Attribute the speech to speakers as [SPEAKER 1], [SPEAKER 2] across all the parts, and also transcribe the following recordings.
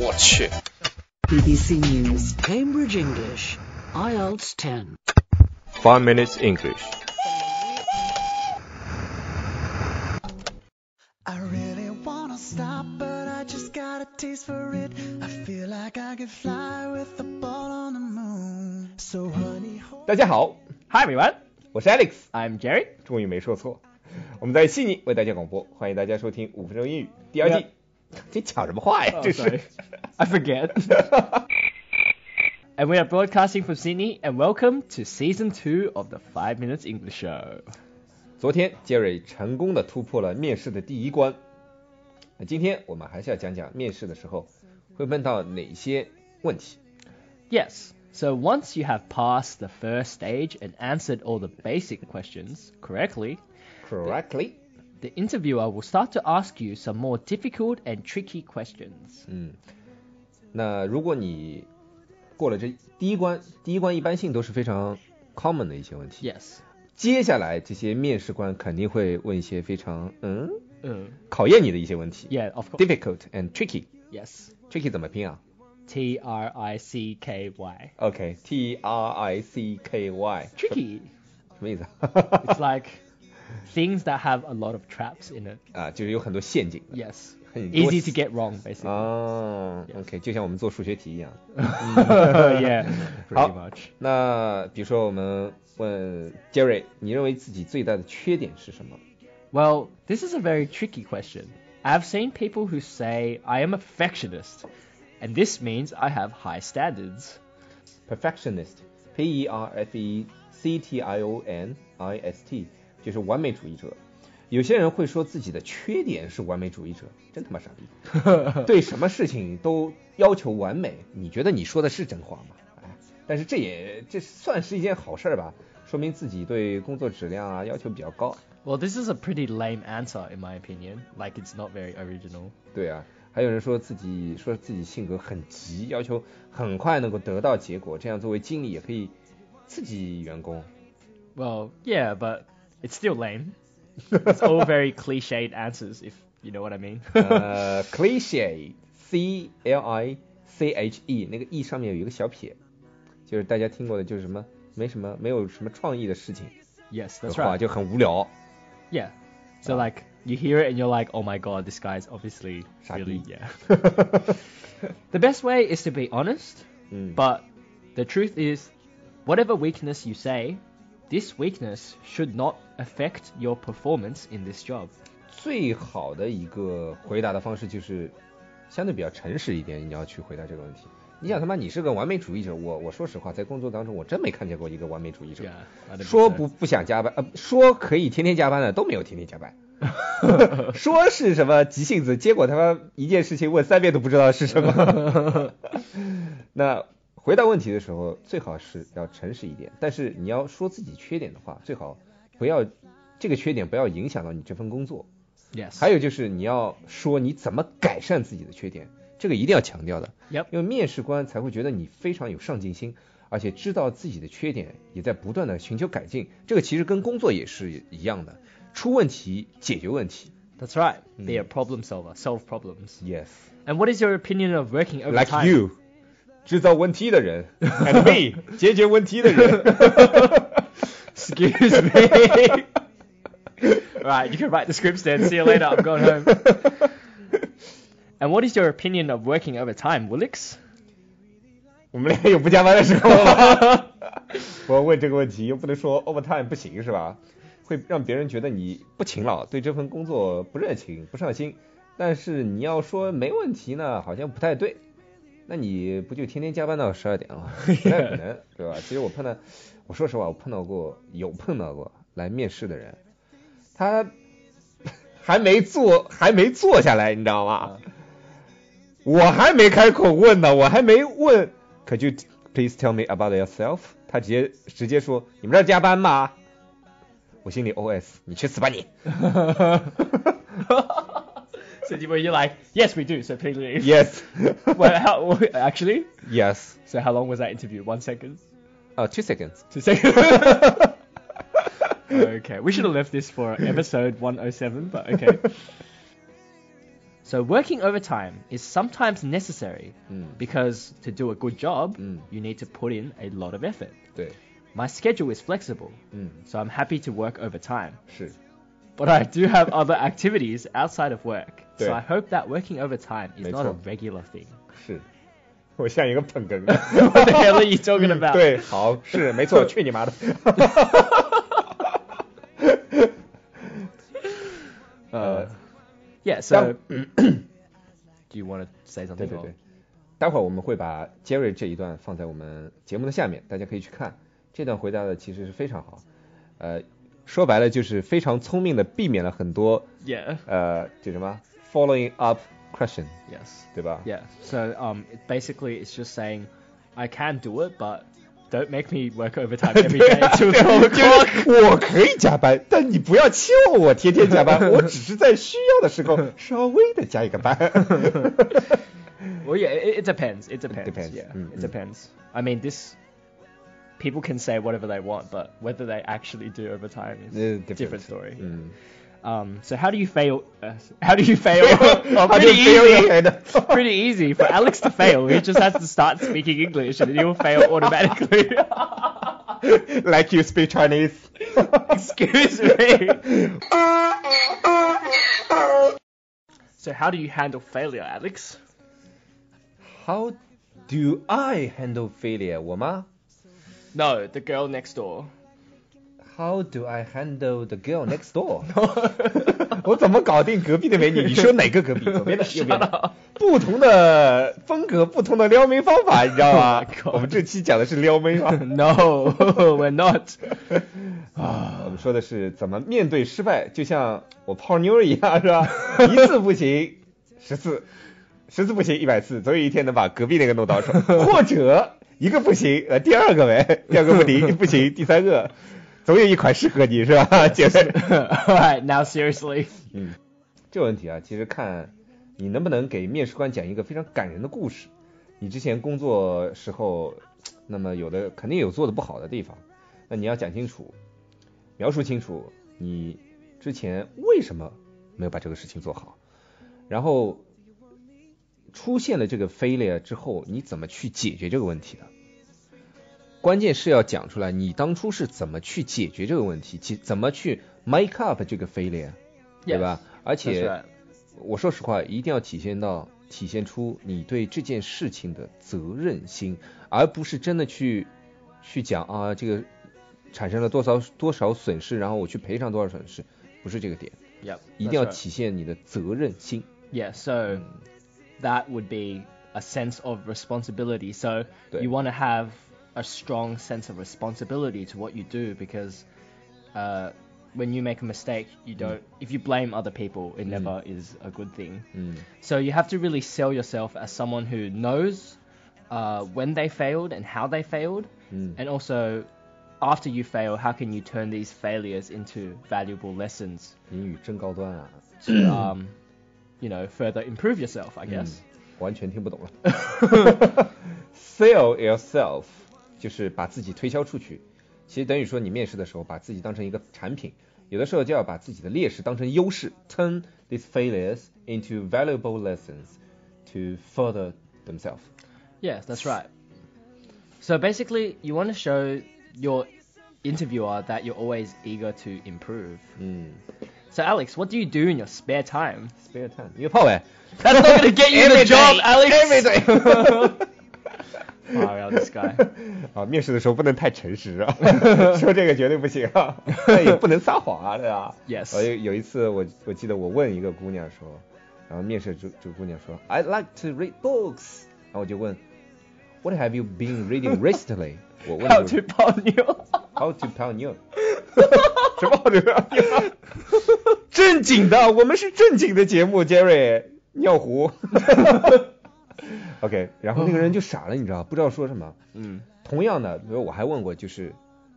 [SPEAKER 1] 我去，
[SPEAKER 2] BBC News, Cambridge English, IELTS 10.
[SPEAKER 3] Five minutes English.
[SPEAKER 4] I really wanna stop, but I just got a taste for it. I feel like I could fly with the ball on the moon. So honey, hold
[SPEAKER 3] 大家好，Hi everyone，我是 Alex，I'm Jerry，终于没说错。我们在悉尼为大家广播，欢迎大家收听五分钟英语第二季
[SPEAKER 5] Yeah.。
[SPEAKER 3] 这抢什么话呀？
[SPEAKER 5] Oh,
[SPEAKER 3] 这是
[SPEAKER 5] sorry.。I forget. and we are broadcasting from Sydney, and welcome to season two of the Five Minutes English Show.
[SPEAKER 3] 昨天杰瑞成功的突破了面试的第一关。那今天我们还是要讲讲面试的时候会问到哪些问题。
[SPEAKER 5] Yes, so once you have passed the first stage and answered all the basic questions correctly,
[SPEAKER 3] Correctly，
[SPEAKER 5] the interviewer will start to ask you some more difficult and tricky questions.
[SPEAKER 3] 那如果你过了这第一关，第一关一般性都是非常 common 的一些问题。
[SPEAKER 5] Yes.
[SPEAKER 3] 接下来这些面试官肯定会问一些非常嗯
[SPEAKER 5] Mm.
[SPEAKER 3] 考验你的一些问题
[SPEAKER 5] Yeah, of course.
[SPEAKER 3] ，difficult and tricky。
[SPEAKER 5] Yes.
[SPEAKER 3] tricky 怎么拼啊
[SPEAKER 5] T R I C K Y.
[SPEAKER 3] ？OK，T、R I C K Y，
[SPEAKER 5] Tricky.
[SPEAKER 3] 什么意思啊？
[SPEAKER 5] It's like things that have a lot of traps in it.
[SPEAKER 3] 啊，就是有很多陷阱。
[SPEAKER 5] Yes.
[SPEAKER 3] 很多
[SPEAKER 5] Easy to get wrong, basically.
[SPEAKER 3] 哦，OK，就像我们做数学题一样。
[SPEAKER 5] yeah,
[SPEAKER 3] How-
[SPEAKER 5] pretty much.
[SPEAKER 3] 那比如说我们问 Jerry，你认为自己最大的缺点是什么？
[SPEAKER 5] Well, this is a very tricky question. I've seen people who say, I am a perfectionist, and this means I have high standards.
[SPEAKER 3] perfectionist，P E R F E C T I O N I S T，就是完美主义者。有些人会说自己的缺点是完美主义者，真他妈傻逼！对什么事情都要求完美，你觉得你说的是真话吗？哎，但是这也这算是一件好事儿吧，说明自己对工作质量啊要求比较高。
[SPEAKER 5] Well, this is a pretty lame answer, in my opinion. Like, it's not very original.
[SPEAKER 3] 对啊，还有人说自己说自己性格很急，要求很快能够得到结果，这样作为经理也可以刺激员 工。
[SPEAKER 5] Well, yeah, but it's still lame. It's all very cliched answers, if you know what I mean.
[SPEAKER 3] 呃，cliche，c l i c h e，那个 e 上面有一个小撇，就是大家听过的，就是什么没什么没有什么创意的事情
[SPEAKER 5] yes,
[SPEAKER 3] 的
[SPEAKER 5] that's
[SPEAKER 3] 话
[SPEAKER 5] right.
[SPEAKER 3] 就很无聊，
[SPEAKER 5] Yeah. So, like, you hear it and you're like, oh my god, this guy's obviously really, yeah. the best way is to be honest,
[SPEAKER 3] Mm.
[SPEAKER 5] but the truth is, whatever weakness you say, this weakness should not affect your performance in this job.
[SPEAKER 3] 最好的一个回答的方式就是相对比较诚实一点，你要去回答这个问题。你想他妈你是个完美主义者，我我说实话，在工作当中我真没看见过一个完美主义者
[SPEAKER 5] Yeah. I don't
[SPEAKER 3] 说
[SPEAKER 5] think so.
[SPEAKER 3] 不不想加班，呃，说可以天天加班的都没有天天加班， 说是什么急性子，结果他妈一件事情问三遍都不知道是什么。 那回答问题的时候，最好是要诚实一点，但是你要说自己缺点的话，最好不要这个缺点不要影响到你这份工作。
[SPEAKER 5] Yes.
[SPEAKER 3] 还有就是你要说你怎么改善自己的缺点，这个一定要强调的。
[SPEAKER 5] Yep.
[SPEAKER 3] 因为面试官才会觉得你非常有上进心，而且知道自己的缺点，也在不断的寻求改进。这个其实跟工作也是一样的，出问题解决问题。
[SPEAKER 5] That's right. Be
[SPEAKER 3] Mm.
[SPEAKER 5] a problem solver, solve problems.
[SPEAKER 3] Yes，like
[SPEAKER 5] And what is your opinion of working overtime?
[SPEAKER 3] you，制造问题的人，and me，解决问题的人。
[SPEAKER 5] Excuse me. right, you can write the scripts then. See you later. I'm going home. And what is your opinion of working overtime, Willix?
[SPEAKER 3] 我们俩有不加班的时候吗？ 我问这个问题又不能说 overtime 不行是吧？会让别人觉得你不勤劳，对这份工作不热情、不上心。但是你要说没问题呢，好像不太对。那你不就天天加班到十二点啊？ 不太可能，对吧？其实我碰到，我说实话，我碰到过有碰到过来面试的人，他 还没坐，还没坐下来，你知道吗？我还没开口问呢，我还没问，Could you please tell me about yourself？他直接直接说，你们这儿加班吗？我心里 OS，你去死吧 你
[SPEAKER 5] So you- were you like, yes, we do. So please leave.
[SPEAKER 3] ！Yes，
[SPEAKER 5] Well, how, well, actually,
[SPEAKER 3] yes，
[SPEAKER 5] so how long was that interview? One second,
[SPEAKER 3] 呃、t w o seconds，
[SPEAKER 5] two seconds. oh okay, we should have left this for episode 107, but okay. So working overtime is sometimes necessary
[SPEAKER 3] 嗯
[SPEAKER 5] because to do a good job,
[SPEAKER 3] Mm.
[SPEAKER 5] you need to put in a lot of effort.
[SPEAKER 3] 对，
[SPEAKER 5] My schedule is flexible,
[SPEAKER 3] 嗯
[SPEAKER 5] so I'm happy to work overtime.
[SPEAKER 3] 是
[SPEAKER 5] But I do have other activities outside of work, so
[SPEAKER 3] Yeah.
[SPEAKER 5] I hope that working overtime is
[SPEAKER 3] Makes
[SPEAKER 5] not a
[SPEAKER 3] sense.
[SPEAKER 5] regular thing.
[SPEAKER 3] 是，我像一个捧哏。
[SPEAKER 5] what the hell are you talking about?
[SPEAKER 3] 对，好，是没错，去你 妈的！呃，
[SPEAKER 5] Uh, Yeah, so
[SPEAKER 3] so-
[SPEAKER 5] do you want to say
[SPEAKER 3] 对
[SPEAKER 5] something?
[SPEAKER 3] 对
[SPEAKER 5] or-
[SPEAKER 3] 对，待会儿我们会把杰瑞这一段放在我们节目的下面，大家可以去看。这段回答的其实是非常好，呃，说白了就是非常聪明的避免了很多
[SPEAKER 5] Yeah.
[SPEAKER 3] 呃这什么 following up question，
[SPEAKER 5] Yes.
[SPEAKER 3] 对吧？
[SPEAKER 5] Yeah. So um, it- basically, it's just saying I can do it, but don't make me work overtime every day until twelve
[SPEAKER 3] 就
[SPEAKER 5] o'clock.
[SPEAKER 3] 是我可以加班，但你不要期望我天天加 班，我只是在需要的时候稍微的加一 个班。呃
[SPEAKER 5] Well, yeah, it, it depends. It depends.
[SPEAKER 3] depends.
[SPEAKER 5] Yeah,
[SPEAKER 3] Mm, mm.
[SPEAKER 5] it depends. I mean, this people can say whatever they want, but whether they actually do overtime is
[SPEAKER 3] Uh,
[SPEAKER 5] a
[SPEAKER 3] different.
[SPEAKER 5] different, story.
[SPEAKER 3] 嗯。
[SPEAKER 5] Um, so how do you fail? Uh, how do you fail? Oh,
[SPEAKER 3] How do
[SPEAKER 5] pretty
[SPEAKER 3] you feel
[SPEAKER 5] easy.
[SPEAKER 3] your head?
[SPEAKER 5] pretty easy for Alex to fail. He just has to start speaking English, and he'll fail automatically.
[SPEAKER 3] like you speak Chinese.
[SPEAKER 5] Excuse me. So how do you handle failure, Alex?
[SPEAKER 3] How do I handle failure? 我吗
[SPEAKER 5] No, the girl next door.
[SPEAKER 3] ？How do I handle the girl next door？我怎么搞定隔壁的美女？你说哪个隔壁？左 边的、右边的？不同的风格，不同的撩妹方 法，你知道吗
[SPEAKER 5] Oh my？god
[SPEAKER 3] 我们这期讲的是撩妹 吗？
[SPEAKER 5] No, we're not.
[SPEAKER 3] 啊我们说的是怎么面对失败，就像我泡妞一样，是 吧？一次不行，十次，十次不行，一百次，总有一天能把隔壁那个弄到 手，或者一个不行，呃，第二个呗，第二个不 行，不行，第三个，总有一款适合你， 是吧，姐妹？
[SPEAKER 5] All right, now seriously.
[SPEAKER 3] Mm. 这个问题啊，其实看你能不能给面试官讲一个非常感人的故事。你之前工作时候，那么有的肯定有做的不好的地方，那你要讲清楚，描述清楚你之前为什么没有把这个事情做好，然后出现了这个 failure 之后，你怎么去解决这个问题的？关键是要讲出来，你当初是怎么去解决这个问题，其怎么去 make up 这个 failure，对吧？而
[SPEAKER 5] That's
[SPEAKER 3] 且
[SPEAKER 5] right.
[SPEAKER 3] 我说实话，一定要体现到体现出你对这件事情的责任心，而不是真的去去讲啊这个产生了多少多少损失，然后我去赔偿多少损失，不是这个点，
[SPEAKER 5] Yep.
[SPEAKER 3] 一定要
[SPEAKER 5] that's
[SPEAKER 3] 体现你的责任心。
[SPEAKER 5] right. Yeah. So that would be a sense of responsibility. So
[SPEAKER 3] Good.
[SPEAKER 5] you want to have a strong sense of responsibility to what you do because uh, when you make a mistake, you don't. If you blame other people, it never is a good thing.
[SPEAKER 3] 嗯
[SPEAKER 5] So you have to really sell yourself as someone who knows uh, when they failed and how they failed,
[SPEAKER 3] 嗯
[SPEAKER 5] and also after you fail, how can you turn these failures into valuable lessons
[SPEAKER 3] 英语真高端啊，
[SPEAKER 5] to, um, you know, further improve yourself? I guess.
[SPEAKER 3] 完全听不懂了。Sell yourself 就是把自己推销出去，其实等于说你面试的时候把自己当成一个产品，有的时候就要把自己的劣势当成优势，turn these failures into valuable lessons to further themselves。
[SPEAKER 5] Yes, that's right. So basically, you want to show your interviewer that you're always eager to improve.
[SPEAKER 3] 嗯
[SPEAKER 5] So Alex, what do you do in your spare time?
[SPEAKER 3] ，spare time 约炮呗。
[SPEAKER 5] That's not gonna get you the job, Alex.
[SPEAKER 3] Every day。
[SPEAKER 5] Far out, this guy.
[SPEAKER 3] 啊，面试的时候不能太诚实啊， 说这个绝对不行啊， 但也不能撒谎啊，对吧
[SPEAKER 5] Yes
[SPEAKER 3] 我有有一次我我记得我问一个姑娘说，然后面试这这个姑娘说，I like to read books，然后我就问，What have you been reading recently？我问
[SPEAKER 5] How
[SPEAKER 3] 这
[SPEAKER 5] to
[SPEAKER 3] 个
[SPEAKER 5] pop you?
[SPEAKER 3] How to tell you？什么 How to tell you？正经的，我们是正经的节目，Jerry 尿壶。OK，然后那个人就傻了，你知道，不知道说什么。
[SPEAKER 5] Mm.
[SPEAKER 3] 同样的，比如我还问过，就是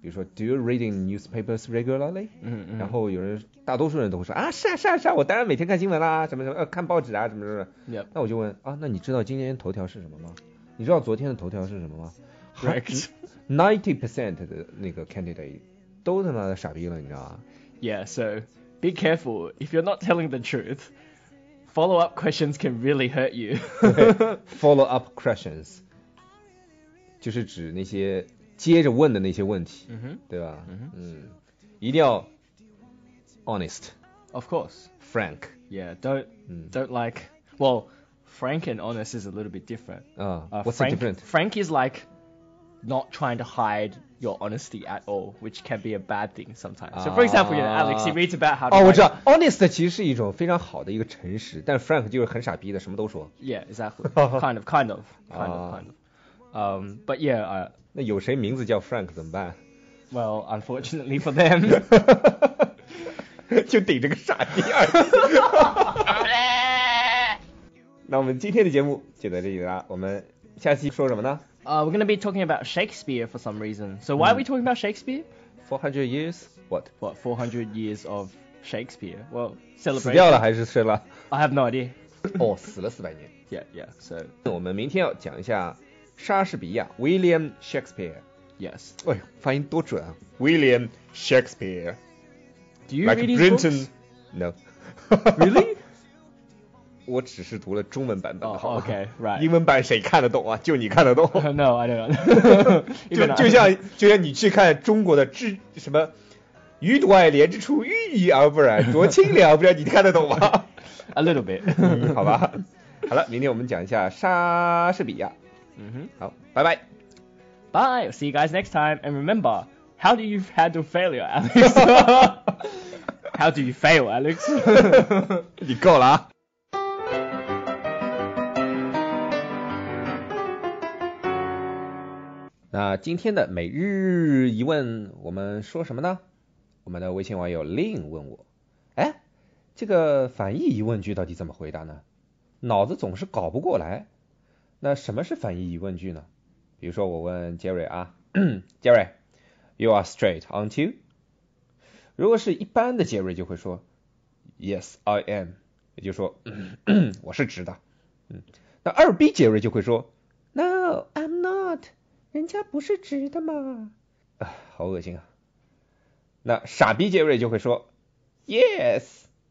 [SPEAKER 3] 比如说，Do you reading newspapers regularly？、
[SPEAKER 5] 嗯
[SPEAKER 3] 然后有人，大多数人都会说啊，是啊是啊是啊，我当然每天看新闻啦，什么什么，呃，看报纸啊，什么什么。
[SPEAKER 5] Yep.
[SPEAKER 3] 那我就问啊，那你知道今天头条是什么吗？你知道昨天的头条是什么吗
[SPEAKER 5] Correct.
[SPEAKER 3] ？Ninety percent 的那个 candidate 都他妈的傻逼了，你知道吗？
[SPEAKER 5] Yeah, so be careful. If you're not telling the truth, Follow up questions can really hurt you.
[SPEAKER 3] follow up questions，就是指那些接着问的那些问题，
[SPEAKER 5] 嗯哼
[SPEAKER 3] 对吧？
[SPEAKER 5] 嗯哼
[SPEAKER 3] 嗯，一定要 honest
[SPEAKER 5] Of course.
[SPEAKER 3] frank，
[SPEAKER 5] Yeah. Don't
[SPEAKER 3] 嗯
[SPEAKER 5] don't like. Well, frank and honest is a little bit different.
[SPEAKER 3] 啊、
[SPEAKER 5] Uh,
[SPEAKER 3] w h a t s the
[SPEAKER 5] frank,
[SPEAKER 3] difference？
[SPEAKER 5] Frank is like not trying to hide your honesty at all, which can be a bad thing sometimes. So, for example, you know, Alex, he
[SPEAKER 3] Ah.
[SPEAKER 5] reads about how. To
[SPEAKER 3] 哦，我
[SPEAKER 5] write-
[SPEAKER 3] 知道，honest 其实是一种非常好的一个诚实，但 frank 就是很傻逼的，什么都说。
[SPEAKER 5] Yeah, exactly. kind of, kind of, kind
[SPEAKER 3] Ah.
[SPEAKER 5] of, kind of. Um, but yeah, uh,
[SPEAKER 3] 那有谁名字叫 Frank 怎么办？
[SPEAKER 5] well, unfortunately for them.
[SPEAKER 3] 就顶着个傻逼二。那我们今天的节目就到这里啦，我们下期说什么呢
[SPEAKER 5] Uh, we're going to be talking about Shakespeare for some reason. So why are
[SPEAKER 3] Hmm.
[SPEAKER 5] we talking about Shakespeare?
[SPEAKER 3] ？Four hundred years what？
[SPEAKER 5] What, 400 years of Shakespeare? Well,
[SPEAKER 3] 死掉
[SPEAKER 5] celebration.
[SPEAKER 3] 了还是生了？
[SPEAKER 5] I have no idea.
[SPEAKER 3] 哦，死了四百年。
[SPEAKER 5] Yeah, yeah. So,
[SPEAKER 3] 我们明天要讲一下莎士比亚 William Shakespeare。
[SPEAKER 5] yes.
[SPEAKER 3] 哎呦，发音多准啊！William Shakespeare
[SPEAKER 5] Do you
[SPEAKER 3] like
[SPEAKER 5] read his
[SPEAKER 3] Brinton.
[SPEAKER 5] books?
[SPEAKER 3] No.
[SPEAKER 5] Really?
[SPEAKER 3] 我只是读了中文版本的，
[SPEAKER 5] Oh,
[SPEAKER 3] 好吧
[SPEAKER 5] okay, right.
[SPEAKER 3] 英文版谁看得懂啊？就你看得懂。
[SPEAKER 5] no, I don't know.
[SPEAKER 3] 就
[SPEAKER 5] Even I-
[SPEAKER 3] 就像就像你去看中国的知什么“予独爱怜之处，郁郁而不染，濯清凉”，不知道你看得懂 吗？
[SPEAKER 5] a little bit.
[SPEAKER 3] 嗯好吧，好了，明天我们讲一下莎士比亚。
[SPEAKER 5] Mhm.
[SPEAKER 3] 好，拜拜。
[SPEAKER 5] Bye. See you guys next time. And remember, how do you handle failure, Alex? how do you fail, Alex?
[SPEAKER 3] 你够了啊。那今天的每日一问，我们说什么呢？我们的微信网友 Lin 问我，哎，这个反义疑问句到底怎么回答呢？脑子总是搞不过来。那什么是反义疑问句呢？比如说我问 Jerry 啊 ，Jerry，you are straight, aren't you？如果是一般的 Jerry 就会说 Yes, I am，也就是说 我是直的。嗯，那二 B 杰瑞就会说 No, I'm not，人家不是直的嘛。啊，好恶心啊。那傻逼杰瑞就会说 Yes,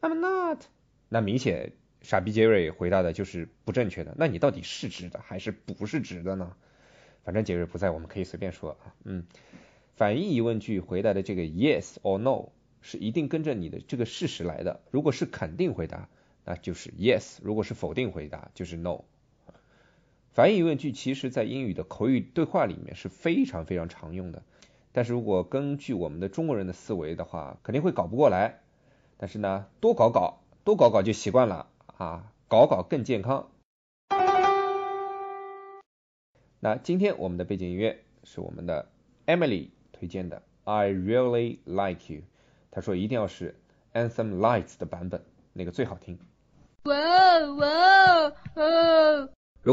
[SPEAKER 3] I'm not。那明显傻逼杰瑞回答的就是不正确的。那你到底是直的还是不是直的呢？反正杰瑞不在，我们可以随便说啊。嗯，反义疑问句回答的这个 Yes or No。是一定跟着你的这个事实来的。如果是肯定回答，那就是 yes；如果是否定回答，就是 no。反义疑问句其实在英语的口语对话里面是非常非常常用的，但是如果根据我们的中国人的思维的话，肯定会搞不过来。但是呢，多搞搞，多搞搞就习惯了啊，搞搞更健康。那今天我们的背景音乐是我们的 Emily 推荐的《I Really Like You》。他说一定要是 Anthem Lights 的版本，那个最好听。
[SPEAKER 1] Whoa, whoa, oh. whoa.
[SPEAKER 6] 如